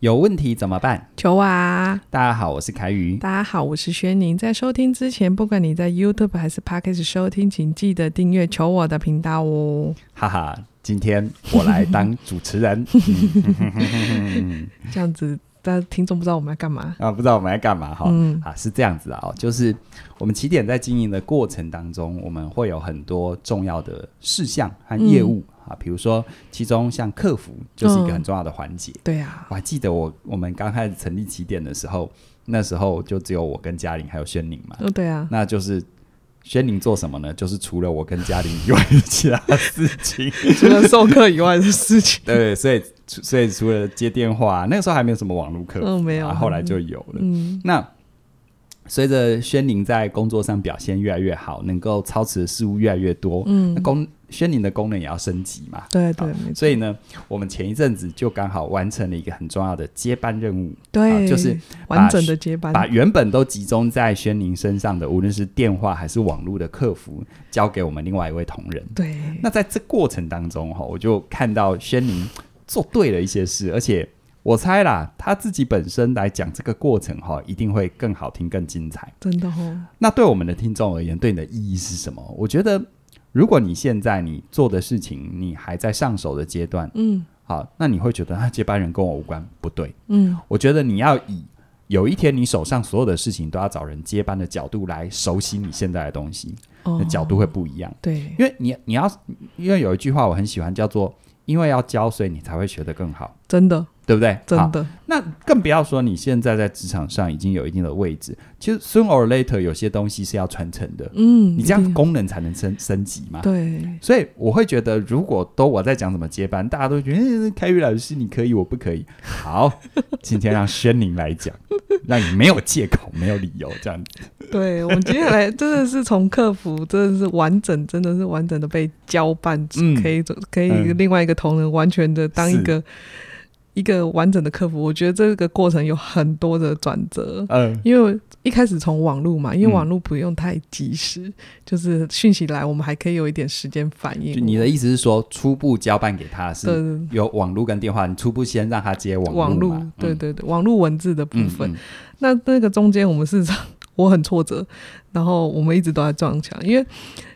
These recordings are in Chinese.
有问题怎么办？球啊！大家好，我是凯宇。大家好，我是轩宁。在收听之前，不管你在 YouTube 还是 Podcast 收听，请记得订阅求我的频道哦。哈哈，今天我来当主持 人。嗯这样子，大家听众不知道我们要干嘛。啊，不知道我们在干嘛哈？嗯啊，是这样子啊、哦，就是我们起点在经营的过程当中，我们会有很多重要的事项和业务、嗯啊，比如说其中像客服就是一个很重要的环节。对啊，我还记得我我们刚开始成立起点的时候，那时候就只有我跟嘉玲还有轩宁嘛，哦 对啊，那就是轩宁做什么呢？就是除了我跟嘉玲以外的其他事情。，除了授课以外的事情 对，所以除所以除了接电话，那个时候还没有什么网络课，啊嗯没有然后后来就有了。嗯，那随着轩宁在工作上表现越来越好，能够操持的事物越来越多，嗯那功轩宁的功能也要升级嘛。对好对，没错，所以呢，我们前一阵子就刚好完成了一个很重要的接班任务，对，啊就是完整的接班，把原本都集中在轩宁身上的，无论是电话还是网络的客服，交给我们另外一位同仁。对，那在这过程当中哈，我就看到轩宁做对了一些事，而且我猜啦，他自己本身来讲这个过程哈，一定会更好听、更精彩。真的哦，那对我们的听众而言，对你的意义是什么？我觉得，如果你现在你做的事情，你还在上手的阶段，嗯好，那你会觉得啊，接班人跟我无关，不对。嗯，我觉得你要以有一天你手上所有的事情都要找人接班的角度来熟悉你现在的东西，哦那，角度会不一样。对，因为你你要，因为有一句话我很喜欢，叫做“因为要教，所以你才会学得更好真的”，对不对？真好，的，那更不要说你现在在职场上已经有一定的位置，其实 sooner or later 有些东西是要传承的，嗯，你这样啊一定功能才能升升级嘛。对，所以我会觉得，如果都我在讲怎么接班，大家都觉得、嗯开宇老师你可以，我不可以。 好，今天让轩宁来讲，让你没有借口，没有理由这样子。对，我们接下来真的是从客服，真的是完整，真的是完整的被交办，嗯可以可以嗯另外一个同仁完全的当一是个一个完整的客服。我觉得这个过程有很多的转折， 嗯因为一开始从网络嘛，因为嗯网络不用太及时，就是讯息来我们还可以有一点时间反应。就你的意思是说，初步交办给他是的有网络跟电话，你初步先让他接网网络络嘛，对嗯对对，网络文字的部嗯分。嗯那那个中间，我们市场 我很挫折，然后我们一直都在撞墙，因为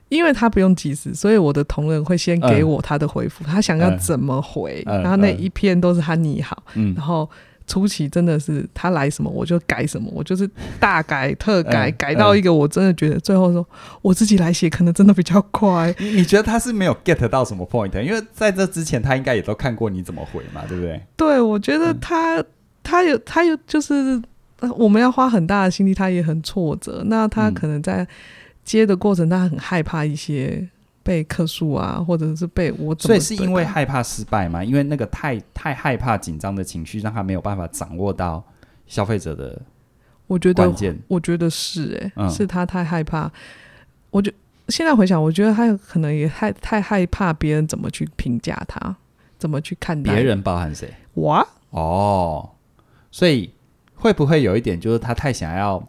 因为他不用及时，所以我的同仁会先给我他的回复，他想要怎么回，嗯然后那一篇都是他你好，嗯然后。初期真的是他来什么我就改什么，我就是大改特改，嗯改到一个我真的觉得最后说我自己来写可能真的比较快。你你觉得他是没有 get 到什么 point？因为在这之前，他应该也都看过你怎么回嘛，对不对？对，我觉嗯得他、他有他有就是呃我们要花很大的心力，他也很挫折。那他嗯可能在接的过程，他很害怕一些被克数啊，或者是被我怎所么以是因为对待害怕失败嘛？因为那个太太害怕紧张的情绪，让他没有办法掌握到消费者的我觉得关键。我觉得是哎、嗯是他太害怕。我觉现在回想，我觉得他有可能也太太害怕别人怎么去评价他，怎么去看待别人包含谁？我啊哦，所以会不会有一点就是他太想要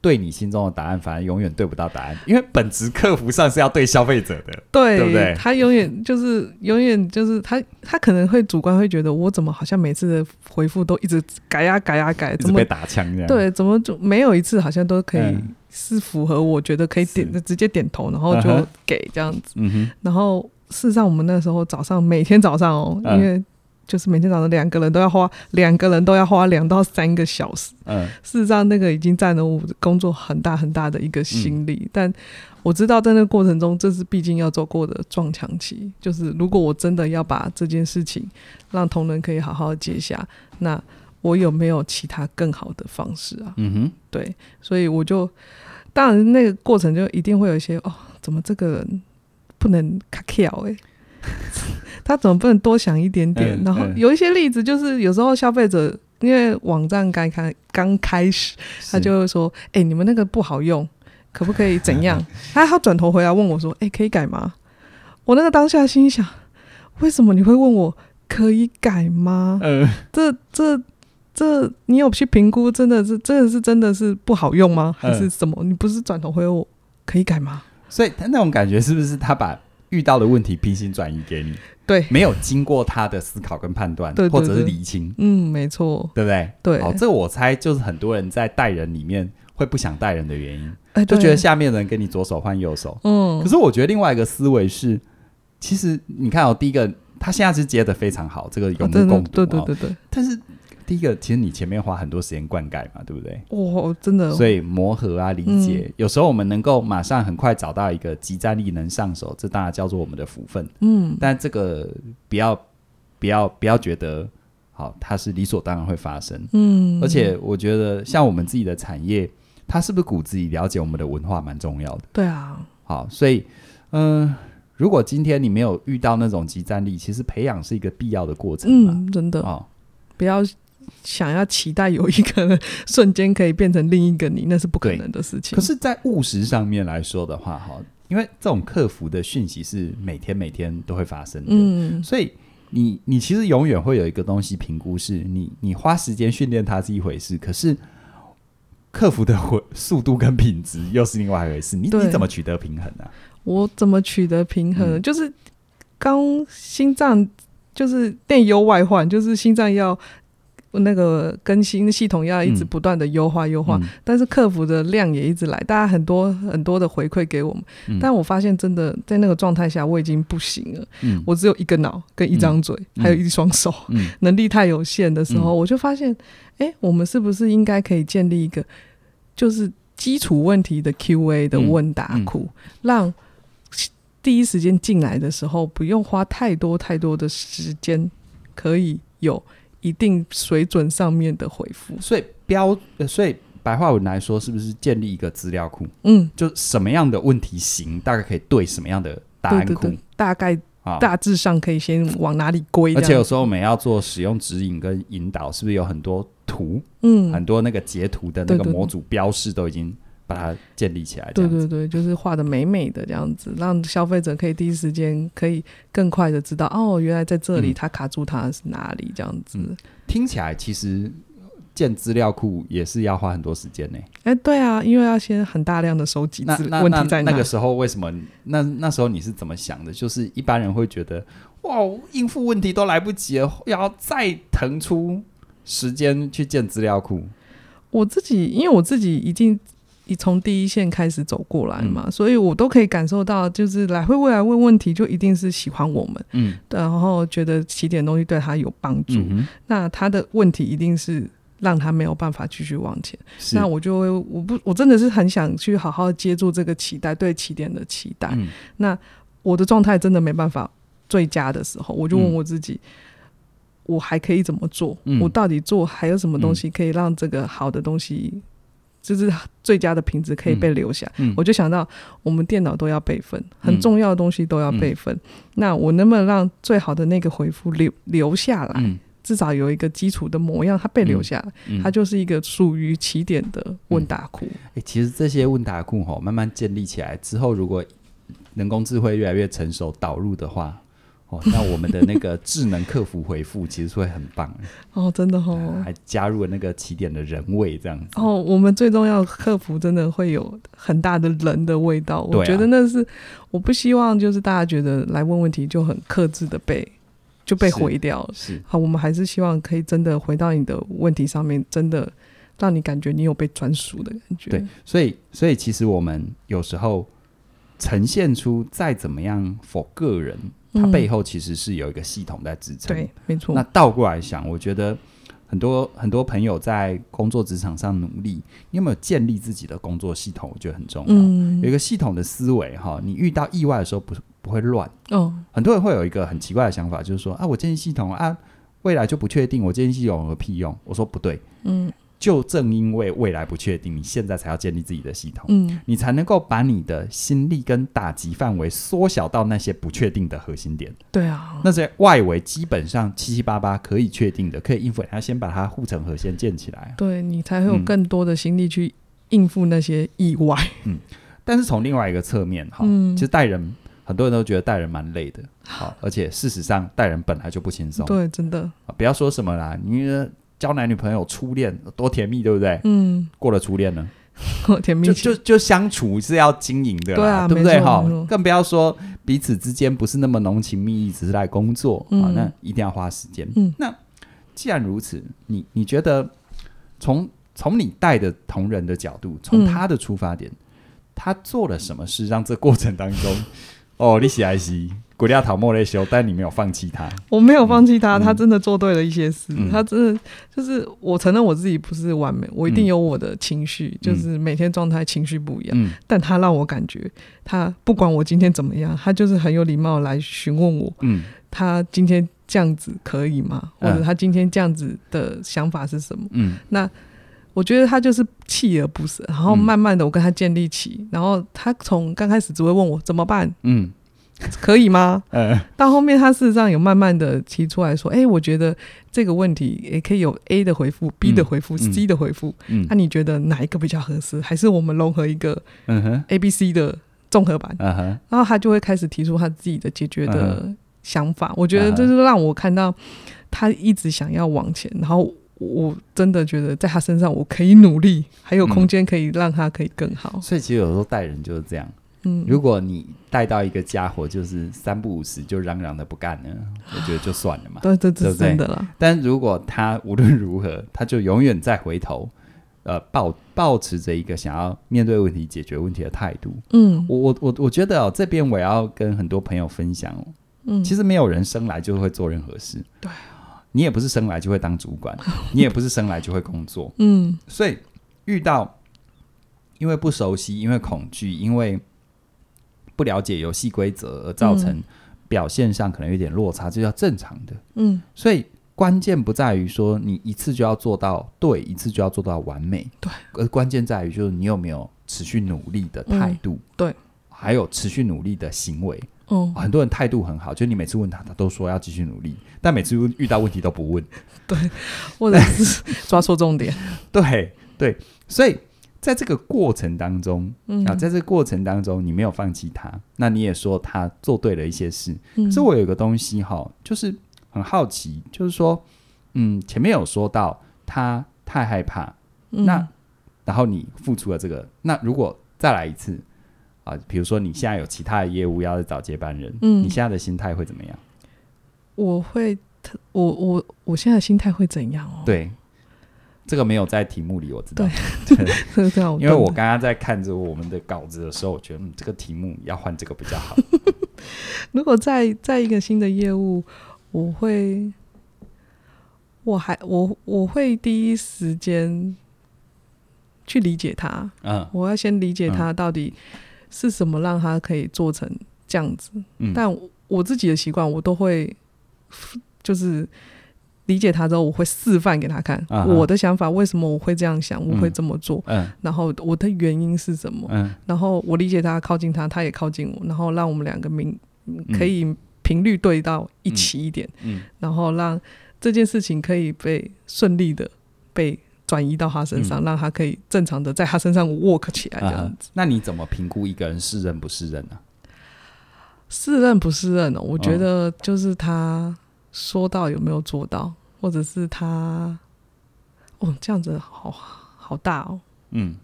对你心中的答案，反而永远对不到答案？因为本职客服上是要对消费者的。对，对不对他永远就是永远就是他，他可能会主观会觉得我怎么好像每次的回复都一直改呀、改呀、改，一怎直么被打枪这样，，对怎么就没有一次好像都可以嗯是符合我觉得可以点是直接点头，然后嗯哼就给这样子。嗯哼，然后事实上我们那时候早上每天早上哦，嗯因为就是每天早上两个人都要花两个人都要花两到三个小时。嗯，事实上，那个已经占了我工作很大很大的一个心力，但我知道在那个过程中，这是毕竟要走过的撞墙期。就是如果我真的要把这件事情让同仁可以好好接下，那我有没有其他更好的方式啊？嗯哼，对，所以我就当然那个过程就一定会有一些哦，怎么这个人不能卡跳哎、 他怎么不能多想一点点？嗯然后嗯有一些例子就是有时候消费者因为网站刚开刚开始，他是就会说：“哎、你们那个不好用，可不可以 怎样？”他他转头回来问我说：“哎、可以改吗？”我那个当下心想：为什么你会问我可以改吗？呃，这这这，你有去评估？真的是真的是真的是不好用嗯吗？还是什么？你不是转头回我可以改吗？所以他那种感觉是不是他把遇到的问题平行转移给你，对，没有经过他的思考跟判断，对对或者是对理清，嗯，没错，对不对？对好，这我猜就是很多人在带人里面会不想带人的原因，哎，就对觉得下面的人跟你左手换右手。嗯可，是我觉得另外一个思维是，其实你看哦，第一个他现在是接的非常好，这个有啊目真的共睹、哦对对对对，但是第一个，其实你前面花很多时间灌溉嘛，对不对？哇，哦真的，所以磨合啊，理解，嗯有时候我们能够马上很快找到一个集战力能上手，这当然叫做我们的福分。嗯，但这个不要不要不要觉得好，它是理所当然会发生。嗯，而且我觉得，像我们自己的产业，它是不是骨子里了解我们的文化蛮重要的。对啊，好，所以嗯、如果今天你没有遇到那种集战力，其实培养是一个必要的过程嘛。嗯，真的，哦，不要想要期待有一个 人瞬间可以变成另一个你，那是不可能的事情。可，是，在务实上面来说的话，哈，因为这种客服的讯息是每天每天都会发生的，嗯，所以你你其实永远会有一个东西评估是，你你花时间训练它是一回事，可是客服的回速度跟品质又是另外一回事。你对你怎么取得平衡呢、啊？我怎么取得平衡？嗯就是刚心脏就是内忧外患，就是心脏要。那个更新系统要一直嗯不断的优化优化，但是客服的量也一直来，大家很多很多的回馈给我们，嗯但我发现真的在那个状态下我已经不行了，嗯我只有一个脑跟一张嘴，嗯还有一双手，嗯能力太有限的时候，我就发现，哎、我们是不是应该可以建立一个就是基础问题的 Q&A 的问答嗯库，让第一时间进来的时候不用花太多太多的时间，可以有一定水准上面的回复。嗯所以标，呃所以白话文来说，是不是建立一个资料库，嗯，就什么样的问题型，大概可以对什么样的答对案对库对，大概啊？大致上可以先往哪里归这而样？且有时候我们要做使用指引跟引导，是不是有很多图、嗯，很多那个截图的那对个对对模组标示都已经把它建立起来？这对样子对对，就是画的美美的这样子，让消费者可以第一时间可以更快的知道，哦，原来在这里嗯它卡住它是哪里这样子。嗯听起来其实建资料库也是要花很多时间呢、哎、对啊，因为要先很大量的收集那资那问那题在哪。那个时候为什么？那那时候你是怎么想的？就是一般人会觉得，哇，应付问题都来不及了，要再腾出时间去建资料库。我自己，因为我自己已经已从第一线开始走过来嗯嘛，所以我都可以感受到，就是来会未来问问题，就一定是喜欢我们，嗯然后觉得起点东西对他有帮助，嗯哼，那他的问题一定是让他没有办法继续往前。是那我就会，我不，我真的是很想去好好接住这个期待，对起点的期待。嗯那我的状态真的没办法最佳的时候，我就问我自己，我还可以怎么做？嗯我到底做还有什么东西可以让这个好的东西，就是最佳的品质可以被留下？嗯我就想到，我们电脑都要备份，很嗯重要的东西都要备份。那我能不能让最好的那个回复留留下来？嗯至少有一个基础的模样，它被留嗯下来。嗯它就是一个属于起点的问答库。欸，其实这些问答库吼，慢慢建立起来之后，如果人工智慧越来越成熟导入的话，哦，那我们的那个智能客服回复其实会很棒，哦，真的啊哦。还加入了那个起点的人味这样子。哦，我们最重要克服真的会有很大的人的味道，对我啊觉得那是、我不希望就是大家觉得来问问题就很克制的被就被是毁掉了。是，好，我们还是希望可以真的回到你的问题上面，真的让你感觉你有被专属的感觉。对，所以所以其实我们有时候呈现出再怎么样否个人，它嗯背后其实是有一个系统在支撑。对，没错那。倒过来想，我觉得很多很多朋友在工作职场上努力，你有没有建立自己的工作系统？我觉得很重要。嗯有一，个系统的思维哈，你遇到意外的时候不不会乱。哦，很多人会有一个很奇怪的想法，就是说啊，我建立系统啊，未来就不确定，我建立系统有个屁用？我说不对，嗯就正因为未来不确定，你现在才要建立自己的系统，嗯，你才能够把你的心力跟打击范围缩小到那些不确定的核心点。对啊，那些外围基本上七七八八可以确定的，可以应付，然后先把它护城河先建起来。对你才会有嗯更多的心力去应付那些意外。但是从另外一个侧面哈，嗯啊其实带人很多人都觉得带人蛮累的，好，而且事实上带人本来就不轻松，对，真的，啊不要说什么啦，你呃交男女朋友、初恋多甜蜜，对不对？嗯， 过了初恋呢，甜蜜就期就就相处是要经营的啦，对啊对不对没错哈没错？更不要说彼此之间不是那么浓情蜜意，只是来工作啊、嗯那一定要花时间。嗯那既然如此，你你觉得从从你带的同仁的角度，从嗯他的出发点，他做了什么事让这过程当中， 哦，你喜爱惜，国家讨莫雷修，但你没有放弃他。我没有放弃他，嗯他真的做对了一些事，嗯他真的就是我承认我自己不是完美，我一嗯定有我的情绪，就是每天状态情绪不一样，嗯但他让我感觉他不管我今天怎么样，他就是很有礼貌来询问我，嗯他今天这样子可以吗？或嗯者他今天这样子的想法是什么？嗯我觉得他就是锲而不舍，然后嗯慢慢的我跟他建立起，然后他从刚开始只会问我怎么办，嗯可以吗？呃到后面他事实上有慢慢的提出来说，哎、我觉得这个问题也可以有 A 的回复、B 的回复、嗯 C 的回复，嗯那、你觉得哪一个比较合适？还是我们融合一个嗯哼 A、B、C 的综合版？嗯哼然后他就会开始提出他自己的解决的想法。我觉得嗯哼这是让我看到他一直想要往前，然后我真的觉得在他身上我可以努力，还有空间可以让他可以更好。所以其实有时候带人就是这样。嗯，如果你带到一个家伙，就是三不五时就嚷嚷的不干了，我觉得就算了嘛。对，这对这不是对真的啦。但如果他无论如何，他就永远再回头，呃，抱抱持着一个想要面对问题、解决问题的态度。嗯我我我我觉得哦，这边我要跟很多朋友分享哦，嗯，其实没有人生来就会做任何事，对，你也不是生来就会当主管，你也不是生来就会工作，嗯所以遇到因为不熟悉、因为恐惧、因为不了解游戏规则而造成表现上可能有点落差，这叫正常的。嗯，所以关键不在于说你一次就要做到对，一次就要做到完美，对，而关键在于就是你有没有持续努力的态度，嗯对，还有持续努力的行为。哦，很多人态度很好，就你每次问他，他都说要继续努力，但每次遇到问题都不问。或者是抓错 重啊点。对对，所以在这个过程当中、嗯啊，在这个过程当中，你没有放弃他，那你也说他做对了一些事，嗯可是我有一个东西哈，就是很好奇，就是说，嗯，前面有说到他太害怕，嗯那然后你付出了这个，那如果再来一次啊，比如说你现在有其他的业务要找接班人，嗯你现在的心态会怎么样？我会，我我我现在的心态会怎样哦？对，这个没有在题目里，我知道，对， 这样因为我刚刚在看着我们的稿子的时候，我觉得嗯，这个题目要换这个比较 好。如果在在一个新的业务，我会，我还我我会第一时间去理解他，嗯我要先理解他到底是什么让他可以做成这样子。嗯，但我我自己的习惯，我都会就是理解他之后，我会示范给他看、啊哈我的想法，为什么我会这样想，我会嗯这么做，嗯然后我的原因是什么。嗯然后我理解他，靠近他，他也靠近我，然后让我们两个明可以频率对到一起一点，嗯然后让这件事情可以被顺利的被转移到他身上，让他可以正常的在他身上 work 起来这样嗯子。，那你怎么评估一个人是人不是人呢？是认不是认哦？我觉得就是他说到有没有做到，或者是他哦这样子好好大哦，嗯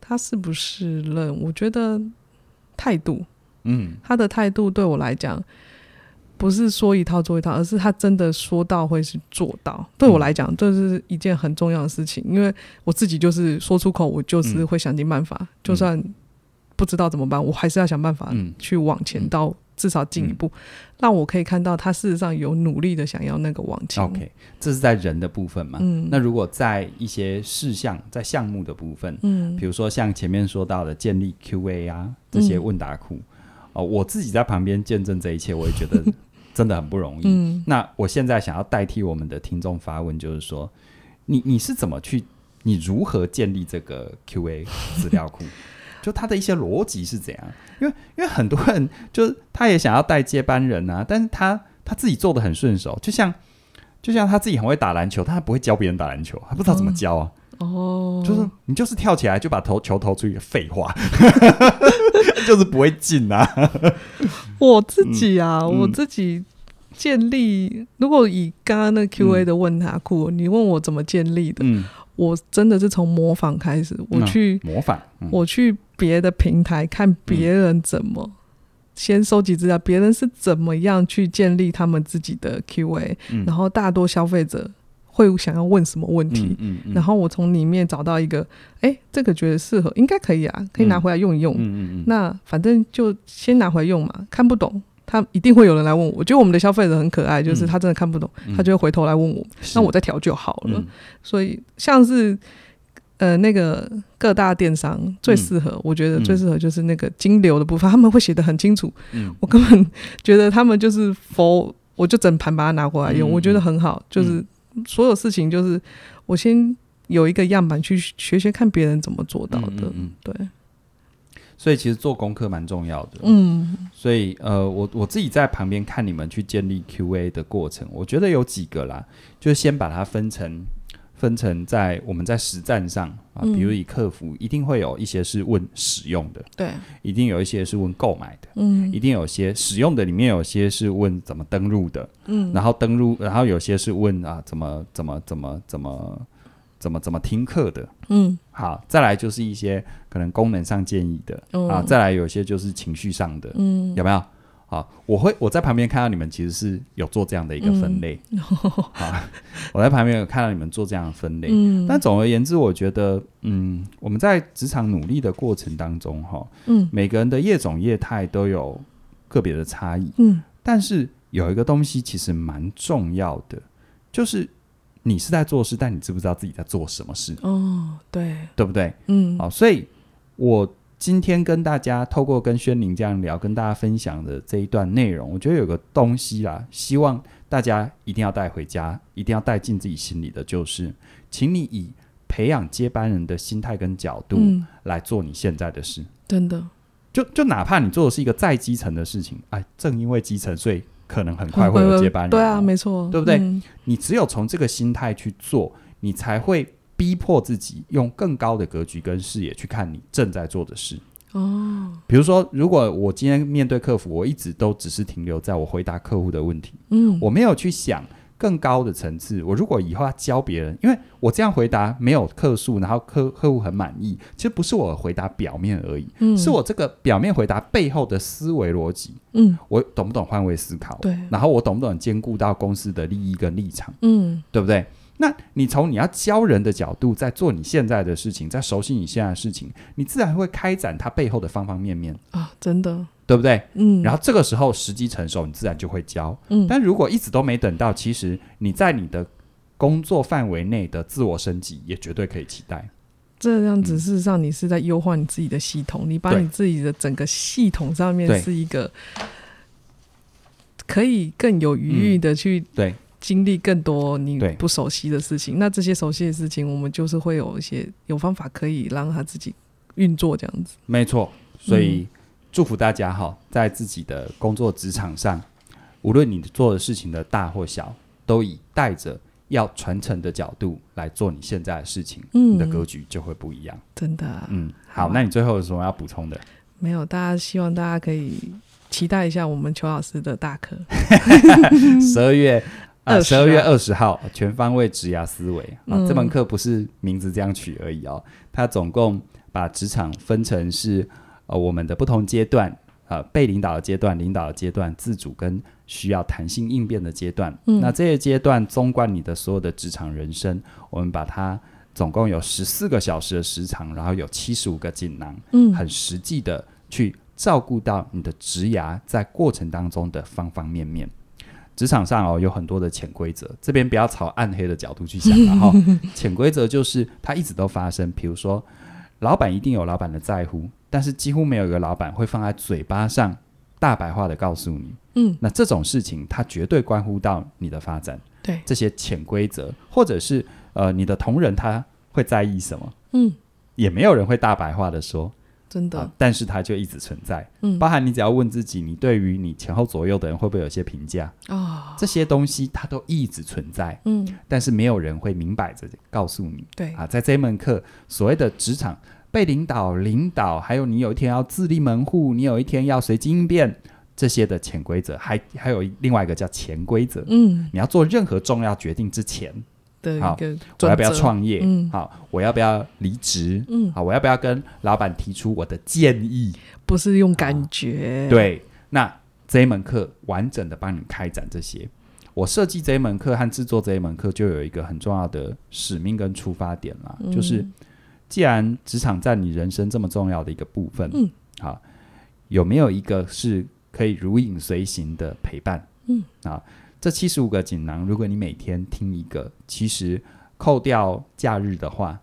他是不是认？我觉得态度，嗯。他的态度对我来讲，不是说一套做一套，而是他真的说到会是做到。对我来讲，这是一件很重要的事情，因为我自己就是说出口，我就是嗯会想尽办法，就算不知道怎么办，我还是要想办法嗯去往前到、至少进一步，让我可以看到他事实上有努力的想要那个往前。 OK，这是在人的部分嘛？嗯那如果在一些事项、在项目的部分，嗯比如说像前面说到的建立 QA 啊这嗯些问答库，哦、我自己在旁边见证这一切，我也觉 得真的很不容易。嗯那我现在想要代替我们的听众发问，就是说，你你是怎么去，你如何建立这个 QA 资料库？ 就它的一些逻辑是怎样？因为因为很多人就是他也想要带接班人啊，但是他他自己做的很顺手，就像就像他自己很会打篮球，但他不会教别人打篮球，他不知道怎么教啊。哦，就是你就是跳起来就把投球投出去，废话， 就是不会进啊。我自己啊，嗯我自己建立。如果以刚刚那 Q&A 嗯的问答库，你问我怎么建立的，嗯，我真的是从模仿开始。我去，模仿，嗯嗯我去别的平台看别人怎么先收集资料，别人是怎么样去建立他们自己的 QA，、嗯然后大多消费者会想要问什么问题，嗯嗯然后我从里面找到一个，哎、这个觉得适合，应该可以啊，可以拿回来用一用。嗯嗯嗯，那反正就先拿回来用嘛，看不懂。他一定会有人来问我，我觉得我们的消费者很可爱，就是他真的看不懂，嗯他就会回头来问我，是那我再调就好了。嗯所以像是呃那个各大电商最适合，我觉得嗯最适合就是那个金流的部分，他们会写的很清楚，嗯我根本觉得他们就是否我就整盘把它拿过来用，嗯我觉得很好，就是所有事情就是我先有一个样板去学学看别人怎么做到的，嗯嗯对，所以其实做功课蛮重要的。嗯所以呃，我我自己在旁边看你们去建立 QA 的过程，我觉得有几个啦，就是先把它分成分成在我们在实战上啊，嗯比如以客服，一定会有一些是问使用的，对，一定有一些是问购买的。嗯一定有些使用的里面有些是问怎么登录的，嗯然后登录，然后有些是问啊怎么怎么怎么怎么怎么怎么听课的。嗯好，再来就是一些可能功能上建议的、嗯啊，再来有些就是情绪上的，嗯，有没有？好，我会我在旁边看到你们其实是有做这样的一个分类，嗯好，我在旁边有看到你们做这样的分类。嗯但总而言之，我觉得，嗯，我们在职场努力的过程当中，哈，嗯每个人的业种业态都有个别的差异，嗯但是有一个东西其实蛮重要的，就是你是在做事，但你知不知道自己在做什么事，哦，对，对不对？嗯好，所以我今天跟大家透过跟轩宁这样聊，跟大家分享的这一段内容，我觉得有个东西啦，希望大家一定要带回家，一定要带进自己心里的，就是，请你以培养接班人的心态跟角度嗯，来做你现在的事。真的就就哪怕你做的是一个再基层的事情，哎，正因为基层，所以可能很快会有接班人。哦对啊，没错，对不对嗯你只有从这个心态去做，你才会逼迫自己用更高的格局跟视野去看你正在做的事。哦，比如说，如果我今天面对客服，我一直都只是停留在我回答客户的问题，嗯，我没有去想更高的层次。我如果以后要教别人，因为我这样回答没有客诉，然后客客户很满意，其实不是我回答表面而已，嗯是我这个表面回答背后的思维逻辑，嗯我懂不懂换位思考？对然后我懂不懂兼顾到公司的利益跟立场，嗯对不对？那你从你要教人的角度，在做你现在的事情，在熟悉你现在的事情，你自然会开展它背后的方方面面，啊，真的，对不对？嗯，然后后这个时候时机成熟，你自然就会教。嗯，但如果一直都没等到，其实你在你的工作范围内的自我升级也绝对可以期待。这样子嗯事实上你是在优化你自己的系统，你把对你自己的整个系统上对面是一个可以更有余嗯裕的去对，经历更多你对不熟悉的事情。那这些熟悉的事情，我们就是会有一些有方法可以让他自己运作这样子。没错，所以嗯祝福大家哈，在自己的工作职场上，无论你做的事情的大或小，都以带着要传承的角度来做你现在的事情，嗯你的格局就会不一样。真的啊、嗯，好好，那你最后有什么要补充的？没有，大家希望大家可以期待一下我们邱老师的大课。十二月。啊，十20二啊月二十号，全方位职涯思维啊，嗯这门课不是名字这样取而已哦，它总共把职场分成是呃我们的不同阶段，呃被领导的阶段、领导的阶段、自主跟需要弹性应变的阶段。嗯那这些阶段纵观你的所有的职场人生，我们把它总共有十四个小时的时长，然后有七十五个锦囊，嗯，很实际的去照顾到你的职涯在过程当中的方方面面。职场上哦有很多的潜规则，这边不要朝暗黑的角度去想了 哈、潜规则就是它一直都发生，比如说老板一定有老板的在乎，但是几乎没有一个老板会放在嘴巴上大白话的告诉你。嗯，那这种事情它绝对关乎到你的发展，对，这些潜规则，或者是呃你的同仁他会在意什么，嗯，也没有人会大白话的说。真的，啊，但是它就一直存在。嗯包含你只要问自己，你对于你前后左右的人会不会有些评价，啊，这些东西它都一直存在，嗯，但是没有人会明摆着告诉你对，啊。在这一门课，所谓的职场被领导、领导，还有你有一天要自立门户，你有一天要随机应变，这些的潜规则，还还有另外一个叫潜规则。嗯你要做任何重要决定之前，的一好个我要不要准则创业？嗯好，我要不要离职？嗯好，我要不要跟老板提出我的建议？不是用感觉，啊对，那这一门课完整的帮你开展这些。我设计这一门课和制作这一门课，就有一个很重要的使命跟出发点啦，嗯就是既然职场在你人生这么重要的一个部分，嗯，好，有没有一个是可以如影随形的陪伴？嗯，啊，这七十五个锦囊，如果你每天听一个，其实扣掉假日的话，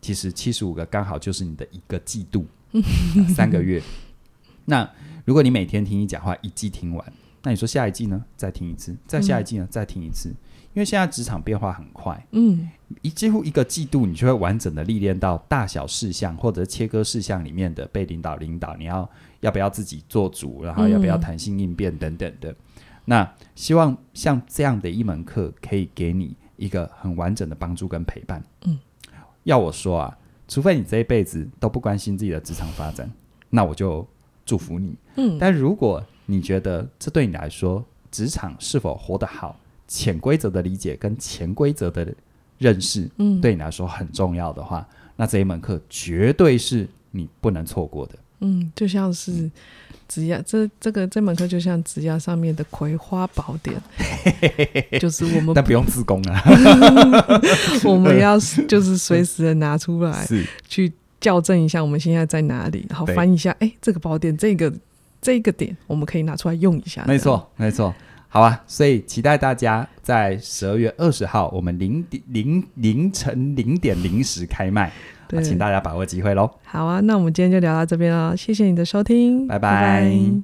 其实七十五个刚好就是你的一个季度， 啊三个月。那如果你每天听你讲话，一季听完，那你说下一季呢？再听一次，再下一季呢？再听一次，因为现在职场变化很快。嗯一几乎一个季度，你就会完整的历练到大小事项或者切割事项里面的被领导领导，你要要不要自己做主，然后要不要嗯弹性应变等等的。那希望像这样的一门课，可以给你一个很完整的帮助跟陪伴。嗯，要我说啊，除非你这一辈子都不关心自己的职场发展，那我就祝福你。嗯，但如果你觉得这对你来说，职场是否活得好，潜规则的理解跟潜规则的认识，嗯对你来说很重要的话，那这一门课绝对是你不能错过的。嗯，就像是职涯这这个这门课就像职涯上面的《葵花宝 典》，就是 我们但不用自宫啊， 我们要就是随时的拿出来是去校正一下我们现在在哪里，然后对翻一下，哎，这个宝典这个这个点我们可以拿出来用一下。没错，没错。好啊，所以期待大家在十二月二十号，我们零点零凌晨零点零时开卖，这啊样，请对，大家把握机会喽。好啊，那我们今天就聊到这边了，谢谢你的收听，拜拜